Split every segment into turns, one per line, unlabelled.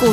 股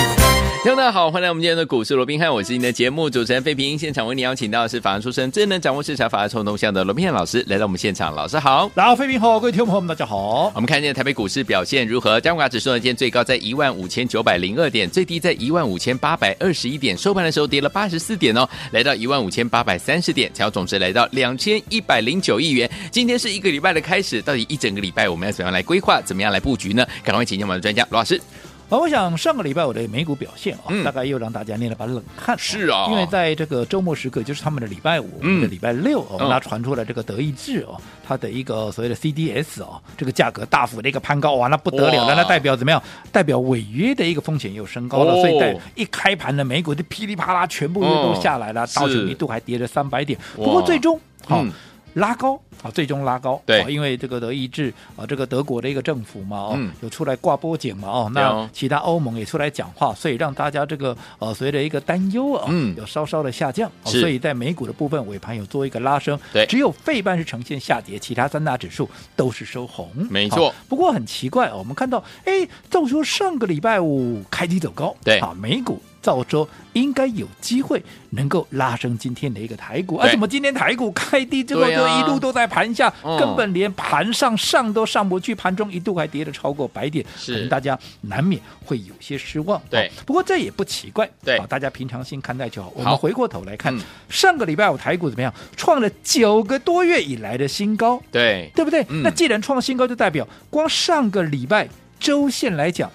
听众大家好，欢迎来我们今天的股市罗宾汉，我是您的节目主持人费平。现场为您邀请到的是法案出身、最能掌握市场法案冲动向的罗宾汉老师来到我们现场，老师好。
然后，飞平好，各位听众朋友们，大家好。
我们看见台北股市表现如何？加权指数呢，今天最高在一万五千九百零二点，最低在一万五千八百二十一点，收盘的时候跌了八十四点哦，来到一万五千八百三十点，成交总值来到两千一百零九亿元。今天是一个礼拜的开始，到底一整个礼拜我们要怎么样来规划，怎么样来布局呢？赶快请教我们的专家罗老师。
好，我想上个礼拜我的美股表现啊，
嗯
大概又让大家捏了把冷汗。
是啊
因为在这个周末时刻，就是他们的礼拜五、我
嗯
们的礼拜六哦，
嗯
那传出了这个德意志哦，它的一个所谓的 CDS 哦，这个价格大幅的一个攀高，哇，啊那不得了
哇
了，那代表怎么样？代表违约的一个风险又升高了，
哦
所以在一开盘的美股就噼里啪啦全部又都下来了，
嗯
道
是
琼一度还跌了三百点，不
哇
过最终好。
嗯
拉高啊，最终拉高，
对
啊因为这个德意志啊，这个德国的一个政府嘛，哦，
嗯
有出来挂波警嘛，哦，
对
那
哦
其他欧盟也出来讲话，所以让大家这个呃，随着一个担忧啊，
嗯
有稍稍的下降、哦
是
所以在美股的部分尾盘有做一个拉升，
对
只有费半是呈现下跌，其他三大指数都是收红，
没错
好不过很奇怪哦，我们看到，哎，照说上个礼拜五开低走高，
对
啊，美股。照说应该有机会能够拉升今天的一个台股，啊，
对
怎么今天台股开低之后
对
就
啊
一路都在盘下，
嗯
根本连盘上上都上不去，盘中一度还跌了超过百点，
是
可能大家难免会有些失望。
对
哦不过这也不奇怪，
对
啊大家平常心看待就好。我
好
们回过头来看
嗯，
上个礼拜五台股怎么样？创了九个多月以来的新高，
对，
对不对？
嗯
那既然创新高，就代表光上个礼拜周线来讲，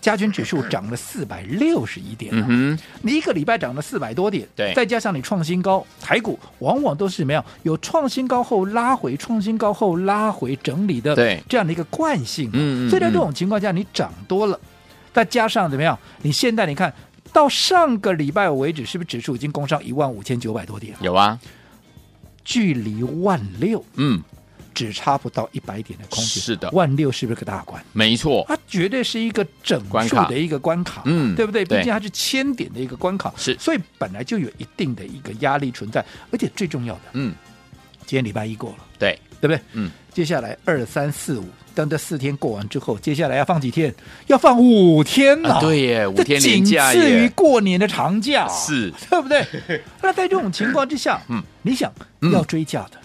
加权指数涨了四百六十一点、啊。
嗯哼，
你一个礼拜涨了四百多点，
对
再加上你创新高，台股往往都是怎么样？有创新高后拉回，创新高后拉回整理的，
对
这样的一个惯性。
嗯嗯
所以在这种情况下，你涨多了，再加上怎么样？你现在你看到上个礼拜为止，是不是指数已经攻上一万五千九百多点了？
有啊，
距离万六
嗯，
只差不到一百点的空间，
是的
万六是不是个大关？
没错，
它绝对是一个整
关
数
卡
的一个关卡，
嗯
对不对？毕
对
竟它是千点的一个关卡，
是
所以本来就有一定的一个压力存在，而且最重要的，
嗯，
今天礼拜一过了，
对，
对不对？
嗯，
接下来二三四五，当这四天过完之后，接下来要放几天？要放五天了，
啊对耶五
这
天连假耶啊
仅次于过年的长假，
是，
对不对？ 那在这种情况之下，
嗯，
你想
嗯
要追价的，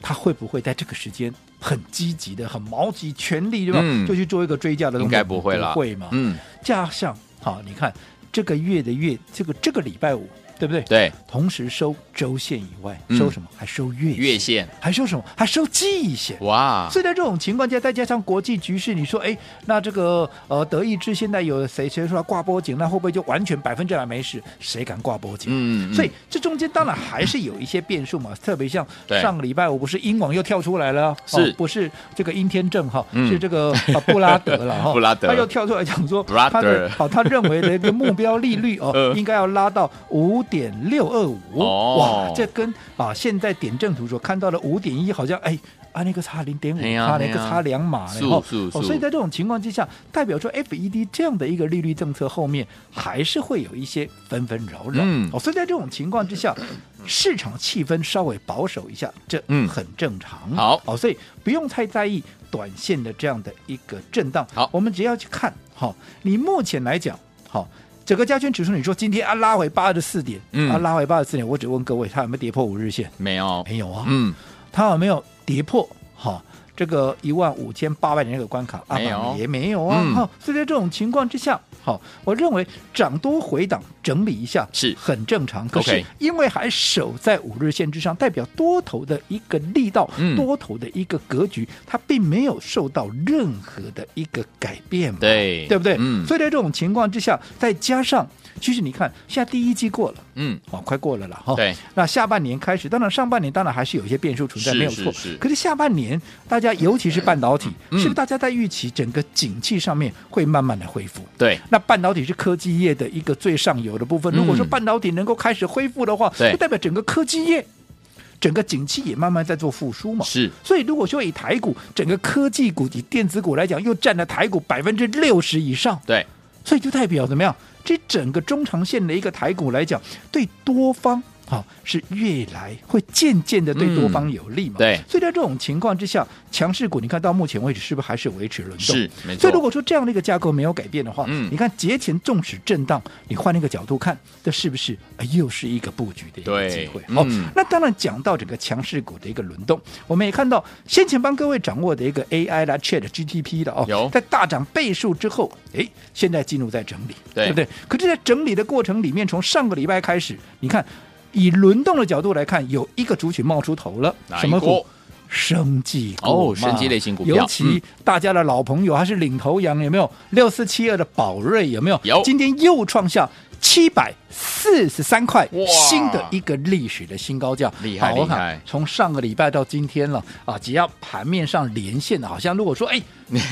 他会不会在这个时间很积极的、很毛急、全力对吧？
嗯
就去做一个追价的动作？
应该不会啦，
会吗？
嗯，
加上好，你看这个月的月，这个这个礼拜五，对不对？。
对，
同时收周线以外，
嗯
收什么？还收月
月线，
还收什么？还收季线。
哇，
所以在这种情况下，再加上国际局势，你说，哎，那这个呃，德意志现在有谁谁说要挂波警，那会不会就完全百分之百没事？谁敢挂波警？
嗯嗯嗯
所以这中间当然还是有一些变数嘛，特别像
对
上个礼拜五不是英网又跳出来了，
是
哦不是这个殷天正哈，
嗯
是这个、啊、布拉德了 哈，
布拉德
他又跳出来讲说
Brother
他的好、他认为的一个目标利率 哦
呃，
应该要拉到五点六二五，
哦
哇，这跟啊现在点阵图所看到的五点一好像哎。啊，那个差零点五，
哎呀
差
哎
那
呀
个差两码呢，
是
哦
是
哦
是
所以在这种情况之下，代表说 FED 这样的一个利率政策后面还是会有一些纷纷扰扰，
嗯
哦，所以在这种情况之下，市场气氛稍微保守一下，这
嗯
很正常。
好
哦，所以不用太在意短线的这样的一个震荡。
好
我们只要去看，好、你目前来讲，好、整个加权指数，你说今天啊拉回八十四点，
嗯
啊拉回八十四点，我只问各位，它有没有跌破五日线？
没有，
没有啊，
嗯，
它有没有跌破？哈、这个一万五千八百点那个关卡，啊
没有
也没有啊。
嗯
哈、所以在这种情况之下，好、我认为涨多回档整理一下
是
很正常。可是
OK
因为还守在五日线之上，代表多头的一个力道、
嗯
多头的一个格局，它并没有受到任何的一个改变嘛。
对，
对不对？
嗯，
所以在这种情况之下，再加上，其实你看，现在第一季过了，
嗯，
哦，快过了了哈。
对，
那下半年开始，当然上半年当然还是有一些变数存在，
是
没有错。
是是
可是下半年，大家尤其是半导体，
嗯
是不是大家在预期整个景气上面会慢慢的恢复？
对，
那半导体是科技业的一个最上游的部分。如果说
嗯
半导体能够开始恢复的话，
对
就代表整个科技业。整个景气也慢慢在做复苏嘛。
是
所以如果说以台股整个科技股以电子股来讲，又占了台股百分之六十以上，
对，
所以就代表怎么样？这整个中长线的一个台股来讲，对多方。好、是越来会渐渐的对多方有利嘛、
嗯对
所以在这种情况之下，强势股你看到目前为止是不是还是维持轮动？
是没错
所以如果说这样的一个架构没有改变的话，
嗯
你看节前纵使震荡，你换一个角度看，这是不是呃又是一个布局的一个
对
机会？哦
嗯
那当然讲到整个强势股的一个轮动，我们也看到先前帮各位掌握的一个 AI 啦、Chat GTP 的哦，
有
在大涨倍数之后，诶，现在进入在整理，
对
不对？可是，在整理的过程里面，从上个礼拜开始，你看以轮动的角度来看，有一个族群冒出头了，
哪一
什么股
波？
生技股
哦
嘛
生技类型股票
尤其大家的老朋友，还是领头羊，有没有？六四七二的宝瑞有没有？
有
今天又创下七百四十三块
哇
新的一个历史的新高价，
厉害
好我看
厉害
从上个礼拜到今天了啊，只要盘面上连线的，好像如 果说哎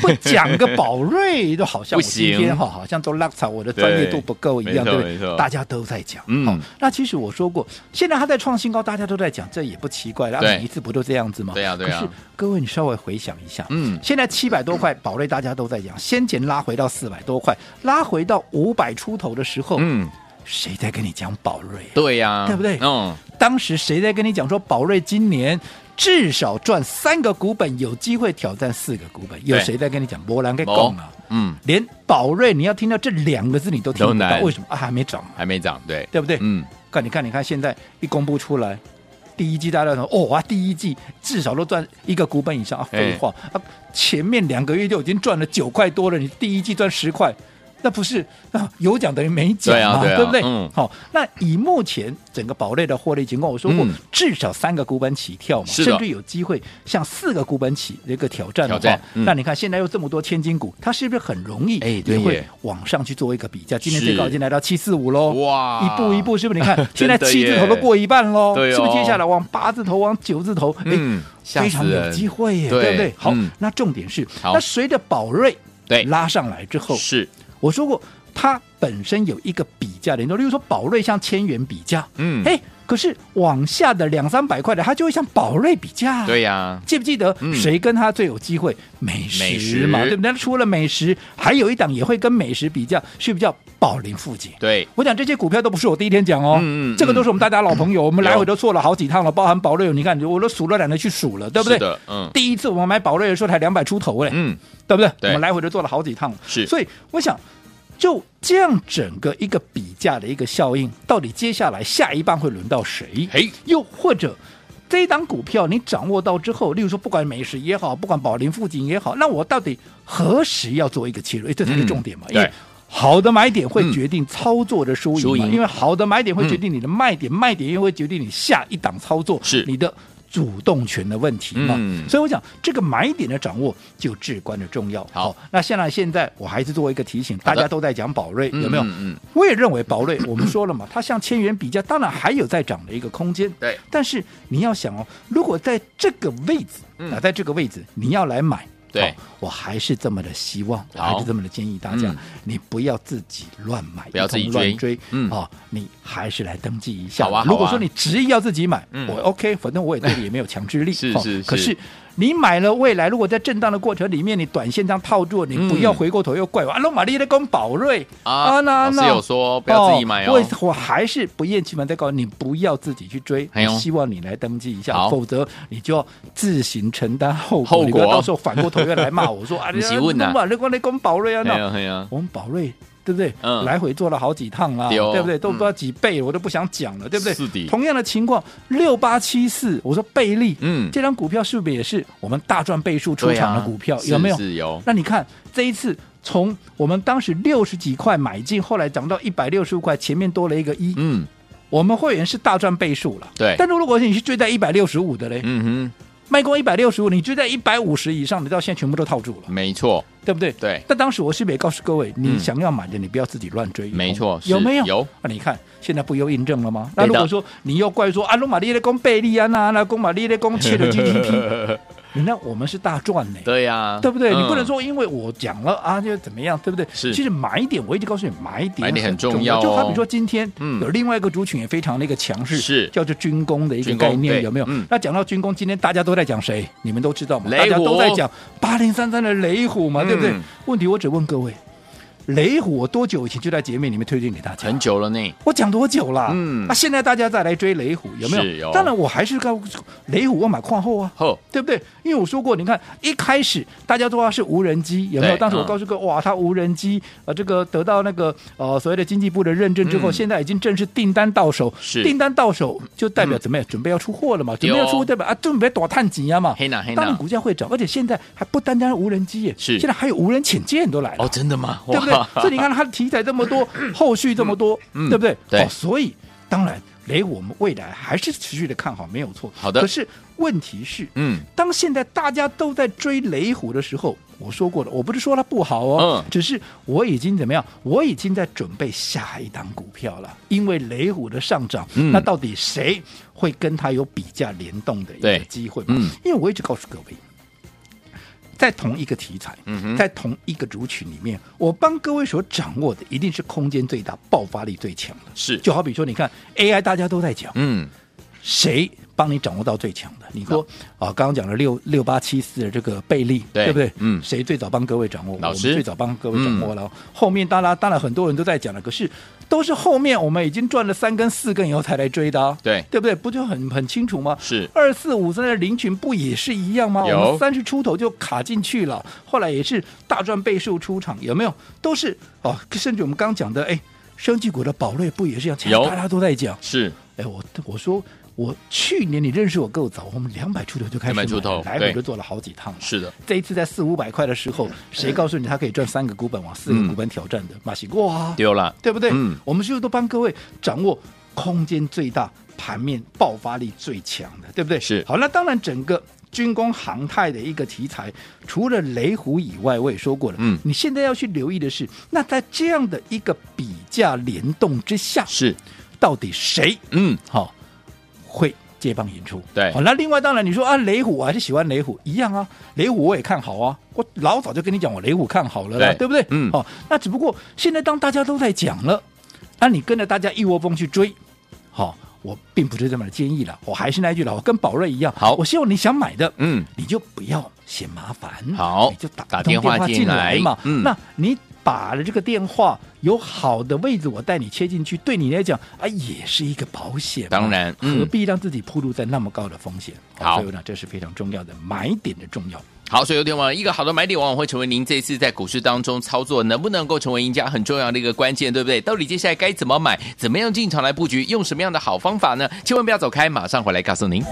不讲个宝瑞，都好像我
不行
今天哈好像都拉草我的专业度不够一样，
对
对
没错
不
没错
对？大家都在讲，
嗯
好那其实我说过，现在它在创新高，大家都在讲，这也不奇怪了，啊
对
每一次不都这样子吗？
对啊对啊
可是各位，你稍微回想一下，
嗯
现在七百多块宝瑞大家都在讲，先前拉回到四百多块，拉回到五百出头的时候，
嗯，
谁在跟你讲宝瑞、啊？
对呀、
哦对不对
嗯，
当时谁在跟你讲说宝瑞今年至少赚三个股本，有机会挑战四个股本？有
对
谁在跟你讲波兰跟
哦
共啊？，
嗯，
连宝瑞你要听到这两个字你都听不
都
到，
难
为什么啊？还没涨，
还没涨，对，
对不对？
嗯，
看你看你看，现在一公布出来。第一季大家都说哦啊，第一季至少都赚一个股本以上啊，
哎
废话啊，前面两个月就已经赚了九块多了，你第一季赚十块，那不是啊有奖等于没奖
对啊
嘛，
对啊
不对？
嗯
好、那以目前整个宝类的获利情况，我说过、
嗯
至少三个股本起跳嘛，
是的
甚至有机会向四个股本起的一个挑战的
挑
话，
战嗯
那你看现在又这么多千金股，它是不是很容易
哎对
也会
耶
往上去做一个比较？今天
是
最高已经来到七四五喽，
哇
哦一步一步是不是？你看现在
啊真的
七字头
耶
都过一半喽，
对哦
是不是接下来往八字头、往九字头，哎、
嗯吓
非
死
常有
人
机会耶，
对
对不对？好，
嗯
那重点是，
好
那随着宝瑞
对
拉上来之后，
是，
我说过它本身有一个比价联动，例如说宝瑞像千元比价，
嗯，
哎、可是往下的两三百块的，它就会像宝瑞比价、啊，
对呀、
记不记得
嗯
谁跟他最有机会？美
美
食
食
嘛，对不对？那除了美食，还有一档也会跟美食比较，是不是叫宝林富锦？
对，
我讲这些股票都不是我第一天讲哦，
嗯嗯嗯
这个都是我们大家老朋友，我们来
有
回都做了好几趟了，包含宝瑞，你看我都数了懒得去数了，对不对
是？的，嗯，
第一次我们买宝瑞的时候才两百出头嘞，哎
嗯，
对不对？
对
我们来回都做了好几趟了，
是
所以我想，就这样整个一个比价的一个效应，到底接下来下一棒会轮到谁？
嘿，
又或者这一档股票你掌握到之后，例如说不管美食也好，不管宝林附近也好，那我到底何时要做一个切入？哎，这才是
嗯
重点嘛，
对
因为。好的买点会决定操作的输
输
赢嘛，
赢
因为好的买点会决定你的卖点，卖点又会决定你下一档操作
是
你的主动权的问题嘛。
嗯
所以我讲这个买点的掌握就至关的重要。
好
那现在现在我还是做一个提醒，
好的
大家都在讲宝瑞，
嗯
有没有？
嗯嗯
我也认为宝瑞，我们说了嘛，它向千元比价，当然还有在涨的一个空间。
对，
但是你要想哦，如果在这个位置，
嗯
啊，在这个位置你要来买，
对
好我还是这么的希望，我
好
还是这么的建议大家，
嗯
你不要自己乱买，
不要自己
一通
追
乱追，
嗯
哦，你还是来登记一下。
好啊好啊
如果说你执意要自己买，
嗯
我 OK，反正我也对你也没有强制力，
是
哦
是
可
是
是。你买了未来，如果在震荡的过程里面，你短线这样套住，你不要
嗯
回过头又怪我。啊，龙玛丽在跟宝瑞
啊，老师有说不要自己买哦
我，我还是不厌其烦在告诉你，不要自己去追，
哎呦
我希望你来登记一下，
好
否则你就要自行承担后果。
后
你不要
果哦
到时候反过头又来骂 我说啊，
不是问啊
你把那个那跟宝瑞啊，
哎
那
呀哎呀，
我们宝瑞。对不对？
嗯
来回做了好几趟啦，
对哦
对不对？都不知道几倍，我都不想讲了，对不对？
是的
同样的情况，六八七四，我说贝利，
嗯
这张股票是不是也是我们大赚倍数出
对啊
场的股票？
是
有没有？
是有，
那你看这一次，从我们当时六十几块买进，后来涨到一百六十五块，前面多了一个一、
嗯
我们会员是大赚倍数了。
对
但是如果你是追在一百六十五的嘞，
嗯
卖过一百六十五，你追在一百五十以上，你到现在全部都套住了
哼，，没错，
对不对？。
对，
但当时我是不是也告诉各位，你
嗯
想要买的，你不要自己乱追一通。哦
没错是
有没有？
有。
那、你看现在不又印证了吗？
对的
那如果说你又怪说啊，罗马利的攻贝利啊，那那攻马利的攻切了 GDP，你那我们是大赚呢、
对呀，
对不对？
嗯
你不能说因为我讲了啊，就怎么样，对不对？
是
其实买点，我一直告诉你，买点
买点很重
重
要哦
就好比说今天
嗯
有另外一个族群也非常的一个强势，
是
叫做军工的一个
军工
概
对
念，有没有
嗯？
那讲到军工，今天大家都在讲谁？你们都知道嘛？
雷
大家都在
虎哦
讲八零三三的雷虎嘛，对不对
嗯？
问题我只问各位，雷虎我多久以前就在节目里面推荐给大家？
很久了呢，
我讲多久啦？
嗯
那、现在大家再来追雷虎，有没
是有哦
有？当然，我还是告雷虎我买矿后啊，
后
对不对？因为我说过，你看一开始大家都要是无人机，有没有？
对
当时我
嗯
告诉各位，哇，它无人机呃，这个得到那个呃所谓的经济部的认证之后，
嗯
现在已经正式订单到手，
是
订单到手就代表怎么样？准备要出货了嘛？准备要出
有
货代表啊，准备躲探紧呀嘛
嘿呐嘿呐。
当然股价会涨，而且现在还不单单无人机耶，
是
现在还有无人潜舰都来了
哦，。真的吗？
对不对
哇？
所以你看它的题材这么 多，后续这么多，
嗯嗯
对不对？
对
哦，所以当然，雷我们未来还是持续的看好，没有错。
好的
可是问题是，
嗯，
当现在大家都在追雷虎的时候，我说过了，我不是说它不好
嗯
哦，只是我已经怎么样，我已经在准备下一档股票了，因为雷虎的上涨，
嗯
那到底谁会跟它有比价联动的一
对
个机会嘛？
嗯
因为我一直告诉各位。在同一个题材，
嗯哼
在同一个族群里面，我帮各位所掌握的一定是空间最大、爆发力最强的。
是，
就好比说，你看 AI 大家都在讲，
嗯，
谁帮你掌握到最强的？你说啊，刚刚讲了六六八七四的这个贝利，
对
不对？
嗯
谁最早帮各位掌握？
老师嗯
我们最早帮各位掌握了哦。后面当然当然很多人都在讲了，可是都是后面我们已经赚了三根四根以后才来追的、啊，
对
对不对？不就很很清楚吗？
是
二四五三的林群不也是一样吗？
有
我们三十出头就卡进去了，后来也是大赚倍数出场，有没有？都是哦，甚至我们刚讲的，哎，生技股的宝瑞不也是一样？现在
有
大家都在讲。
是，
哎，我我说我去年你认识我够早，我们两百出头就开始买
200出头
来
对
回就做了好几趟了。
是的，
这一次在四五百块的时候，谁告诉你他可以赚三个股本往四个股本挑战的？马西哇，
丢了，
对不对？
嗯
我们是不是都帮各位掌握空间最大、盘面爆发力最强的，对不对？
是
好，那当然整个。军工航太的一个题材，除了雷虎以外，我也说过了。
嗯
你现在要去留意的是，那在这样的一个比价联动之下，
是，
到底谁
嗯，
好、会接棒演出。
对
好、那另外当然你说啊，雷虎我还是喜欢雷虎一样啊，雷虎我也看好啊，我老早就跟你讲我雷虎看好了啦，
对
对不对？
嗯
好、那只不过现在当大家都在讲了，那、你跟着大家一窝蜂去追，好、我并不是这么的建议了，我还是那句了，我跟宝瑞一样，
好
我希望你想买的，
嗯，
你就不要嫌麻烦，
好
你就打
打
一通
电
电
话
话
进
进来
来
嘛。
嗯
那你把了这个电话，有好的位置，我带你切进去，对你来讲啊，也是一个保险嘛。
当然嗯
何必让自己铺路在那么高的风险？哦
好
所以呢，这是非常重要的买点的重要。
好，所以有点网一个好的买点往往会成为您这次在股市当中操作能不能够成为赢家很重要的一个关键，对不对？到底接下来该怎么买，怎么样进场来布局，用什么样的好方法呢？千万不要走开，马上回来告诉您。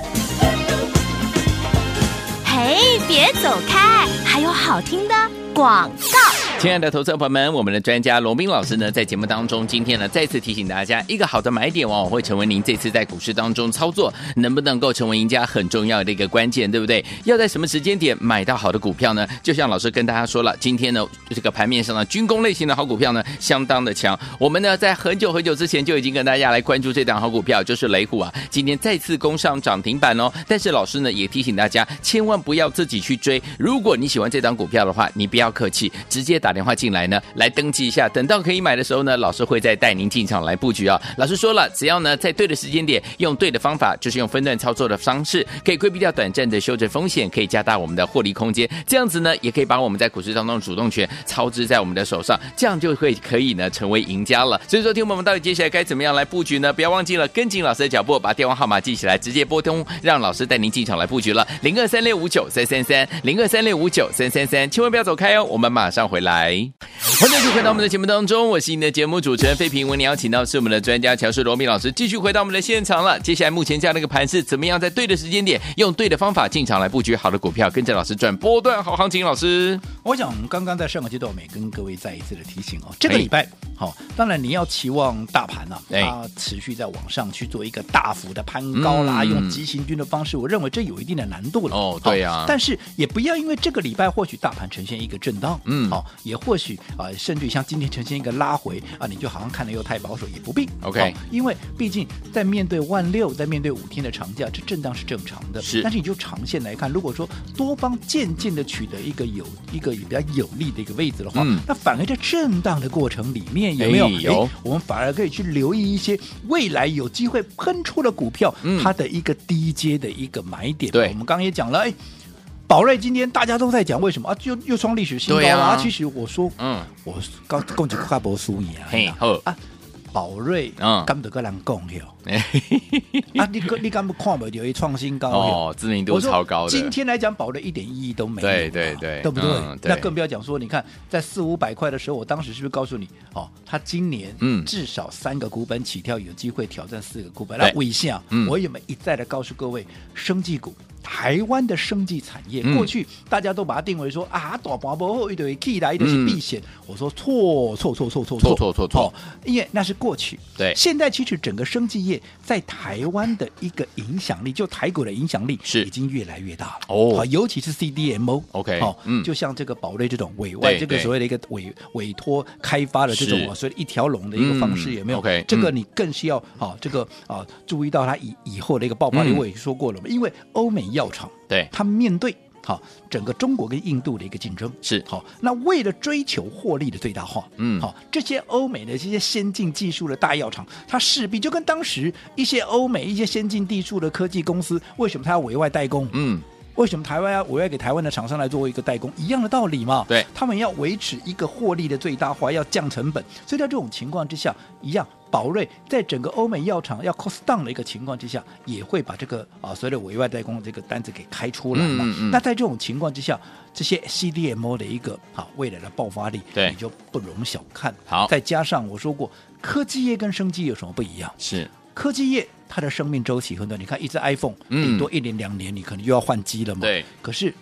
嘿，别走开，还有好听的广告。
亲爱的投资者朋友们，我们的专家罗斌老师呢，在节目当中，今天呢再次提醒大家，一个好的买点往往会成为您这次在股市当中操作能不能够成为赢家很重要的一个关键，对不对？要在什么时间点买到好的股票呢？就像老师跟大家说了，今天呢这个盘面上的军工类型的好股票呢，相当的强。我们呢在很久很久之前就已经跟大家来关注这档好股票，就是雷虎啊，今天再次攻上涨停板哦。但是老师呢也提醒大家，千万不要自己去追。如果你喜欢这档股票的话，你不要客气，直接打电话进来呢，来登记一下。等到可以买的时候呢，老师会再带您进场来布局啊。老师说了，只要呢在对的时间点，用对的方法，就是用分段操作的方式，可以规避掉短暂的修正风险，可以加大我们的获利空间。这样子呢，也可以把我们在股市当中的主动权操之在我们的手上，这样就会可以呢成为赢家了。所以说，听我们到底接下来该怎么样来布局呢？不要忘记了跟紧老师的脚步，把电话号码记起来，直接拨通，让老师带您进场来布局了。零二三六五九三三三，零二三六五九三三三，千万不要走开哦，我们马上回来。欢迎继续回到我们的节目当中，我是您的节目主持人费平。为您邀请到是我们的专家乔氏罗密老师，继续回到我们的现场了。接下来目前这样的一个盘势，怎么样在对的时间点，用对的方法进场来布局好的股票，跟着老师赚波段好行情。老师，
我想刚刚在上个阶段，我们也跟各位再一次的提醒哦，这个礼拜好、当然你要期望大盘啊，
哎
它持续在往上去做一个大幅的攀高啦，
嗯
用急行军的方式，我认为这有一定的难度了。
哦
好
对啊
但是也不要因为这个礼拜或许大盘呈现一个震荡，
嗯
好、也或许啊、呃甚至于像今天呈现一个拉回啊，你就好像看的又太保守，也不必
OK
哦因为毕竟在面对万六，在面对五天的长假，这震荡是正常的。
是
但是你就长线来看，如果说多方渐渐的取得一个有一个比较有利的一个位置的话，
嗯
那反而在震荡的过程里面有没有？
哎有
哎我们反而可以去留意一些未来有机会喷出的股票，
嗯
它的一个低阶的一个买点。
对
我们刚刚也讲了，哎。宝瑞今天大家都在讲为什么啊？就又创历史新高
对
了、
啊
其实我说，
嗯，
我刚讲一跨博输你啊，
嘿，好，
宝瑞，
嗯
嗯，敢得跟人讲哟，
哎
啊，你你敢不看不到一创新高哟？
哦，知名度
我说
超高的，
今天来讲保的一点意义都没有嘛，啊
对对对
对不对？
嗯对
那更不要讲说，你看在四五百块的时候，我当时是不是告诉你，哦，它今年
嗯
至少三个股本起跳，有机会挑战四个股本。
对
那一下，
嗯
我有没有一再的告诉各位，生技股。台湾的生技产业，
嗯
过去大家都把它定为说啊，大盘不后一堆 key 来，一
嗯
堆是避险。我说错错错错错
错错错错
哦因为那是过去。
对
现在其实整个生技业在台湾的一个影响力，就台股的影响力
是
已经越来越大了。
哦
好尤其是 CDMO。
OK，
好，
嗯
就像这个宝瑞这种委外
对
这个
对
所谓的一个委委托开发的这种
是
啊，所以一条龙的一个方式
嗯
有没有
OK，
这个
嗯
你更是要好这个啊注意到它以以后的一个爆发力。
嗯
我也说过了嘛，因为欧美药厂
对，
它面对好整个中国跟印度的一个竞争
是
好，那为了追求获利的最大化，
嗯
好，这些欧美的这些先进技术的大药厂，它势必就跟当时一些欧美一些先进技术的科技公司，为什么它要委外代工？
嗯，
为什么台湾要委外给台湾的厂商来作为一个代工，一样的道理嘛？
对
他们要维持一个获利的最大化，要降成本，所以在这种情况之下，一样。宝瑞在整个欧美药厂要 cost down 的一个情况之下，也会把这个啊所谓的委外代工的这个单子给开出来嘛。
嗯嗯嗯
那在这种情况之下，这些 CDMO 的一个啊未来的爆发力，
对
你就不容小看。
好
再加上我说过，科技业跟生技有什么不一样？
是，
科技业它的生命周期很短，你看一只 iPhone，
嗯
顶多一年两年，你可能又要换机了嘛。
对。
可是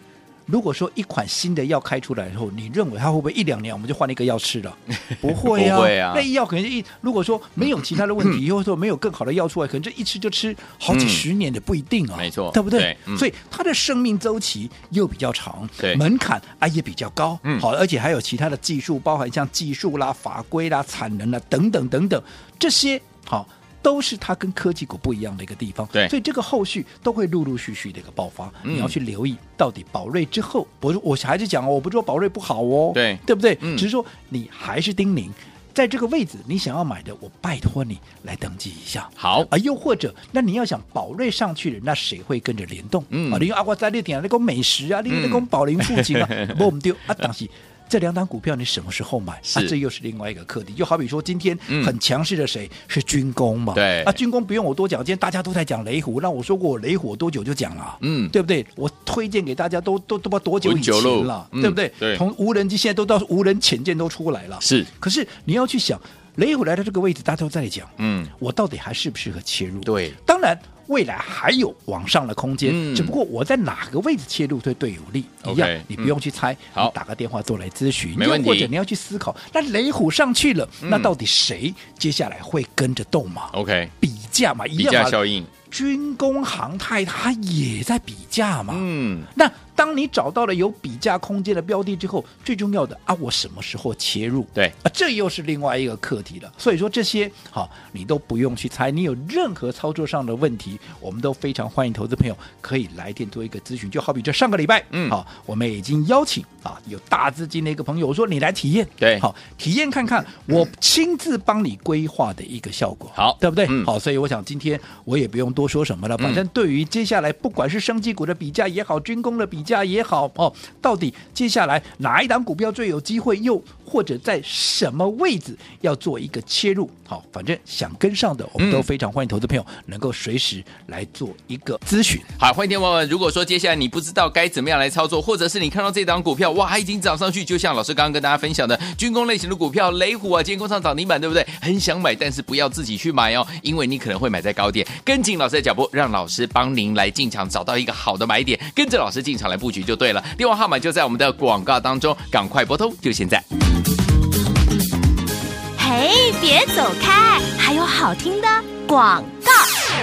如果说一款新的药开出来以后，你认为它会不会一两年我们就换了一个药 吃了？不会啊，
不会啊
那药可能一如果说没有其他的问题，或者说没有更好的药出来，可能这一吃就吃好几
嗯
十年也不一定啊，
没错
对不对？
对嗯
所以它的生命周期又比较长，
对
门槛啊也比较高，
嗯
好，而且还有其他的技术，包含像技术啦、法规啦、产能啦等等等等这些，好。都是它跟科技股不一样的一个地方，
对
所以这个后续都会陆陆续续的一个爆发，
嗯
你要去留意到底宝瑞之后，我我还是讲哦，我不是说宝瑞不好哦，
对
对不对？
嗯
只是说你还是叮咛，在这个位置你想要买的，我拜托你来登记一下。
好，
啊，又或者，那你要想宝瑞上去了，那谁会跟着联动？
嗯
啊，你用阿瓜在列点那个美食啊，你那个
嗯
宝林附近 啊，不我们丢啊，当时。这两档股票你什么时候买？
是
啊，这又是另外一个课题。就好比说，今天
嗯
很强势的谁、是军工嘛？
对
啊，军工不用我多讲，今天大家都在讲雷虎，那我说过我雷虎我多久就讲了，啊
嗯
对不对？我推荐给大家都都都不知道多久以
很久
前
了
了，
嗯
对不对？
对
从无人机现在都到无人潜舰都出来了，
是，
可是你要去想，雷虎来到这个位置，大家都在讲，
嗯，
我到底还适不适合切入？
对，
当然未来还有往上的空间，
嗯
只不过我在哪个位置切入对队有利一
OK，嗯
样，你不用去猜，
好
你打个电话做来咨询，
没问题嗯
又或者你要去思考，那雷虎上去了，那到底谁接下来会跟着动嘛？
OK，
比价嘛，一
比
样
价
嘛，
效应，
军工航太它也在比价嘛，
嗯，
那当你找到了有比价空间的标的之后，最重要的啊，我什么时候切入？
对
啊，这又是另外一个课题了。所以说这些好，你都不用去猜，你有任何操作上的问题，我们都非常欢迎投资朋友可以来电做一个咨询。就好比这上个礼拜，
嗯
好，我们已经邀请啊有大资金的一个朋友，我说你来体验，
对
好，体验看看我亲自帮你规划的一个效果，
好
对不对？
嗯
好，所以我想今天我也不用多说什么了，
嗯
反正对于接下来不管是生技股的比价也好，军工的比价也好，哦，到底接下来哪一档股票最有机会，又或者在什么位置要做一个切入？好，反正想跟上的，我们
嗯
都非常欢迎投资朋友能够随时来做一个咨询。
好，欢迎听众朋友们。如果说接下来你不知道该怎么样来操作，或者是你看到这档股票，哇，它已经涨上去，就像老师刚刚跟大家分享的军工类型的股票雷虎啊，今天工上涨停板，对不对？很想买，但是不要自己去买哦，因为你可能会买在高点。跟紧老师的脚步，让老师帮您来进场，找到一个好的买点，跟着老师进场来布局就对了。电话号码就在我们的广告当中，赶快拨通，就现在。
嘿，别走开，还有好听的广告。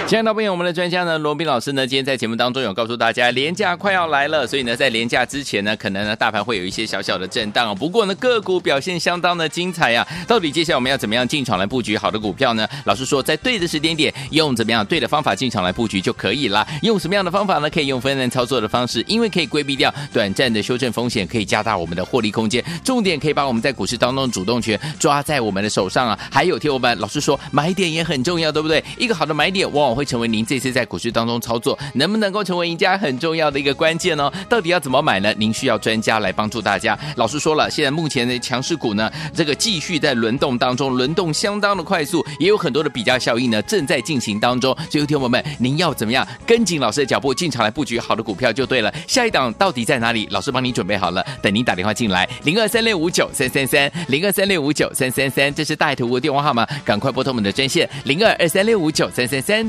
亲爱的朋友我们的专家呢，罗斌老师呢，今天在节目当中有告诉大家，廉价快要来了，所以呢，在廉价之前呢，可能呢，大盘会有一些小小的震荡、哦。不过呢，个股表现相当的精彩呀、到底接下来我们要怎么样进场来布局好的股票呢？老师说，在对的时间点，用怎么样对的方法进场来布局就可以啦。用什么样的方法呢？可以用分段操作的方式，因为可以规避掉 短暂的修正风险，可以加大我们的获利空间。重点可以把我们在股市当中的主动权抓在我们的手上啊。还有听我们老师说，买点也很重要，对不对？一个好的买点往往会成为您这次在股市当中操作能不能够成为赢家很重要的一个关键哦。到底要怎么买呢？您需要专家来帮助大家。老师说了，现在目前的强势股呢，这个继续在轮动当中，轮动相当的快速，也有很多的比较效应呢正在进行当中。所以，听我们，您要怎么样跟紧老师的脚步进场来布局好的股票就对了。下一档到底在哪里？老师帮你准备好了，等您打电话进来，零二三六五九三三三，零二三六五九三三三，这是大图的电话号码，赶快拨通我们的专线零二二三六五九三三三，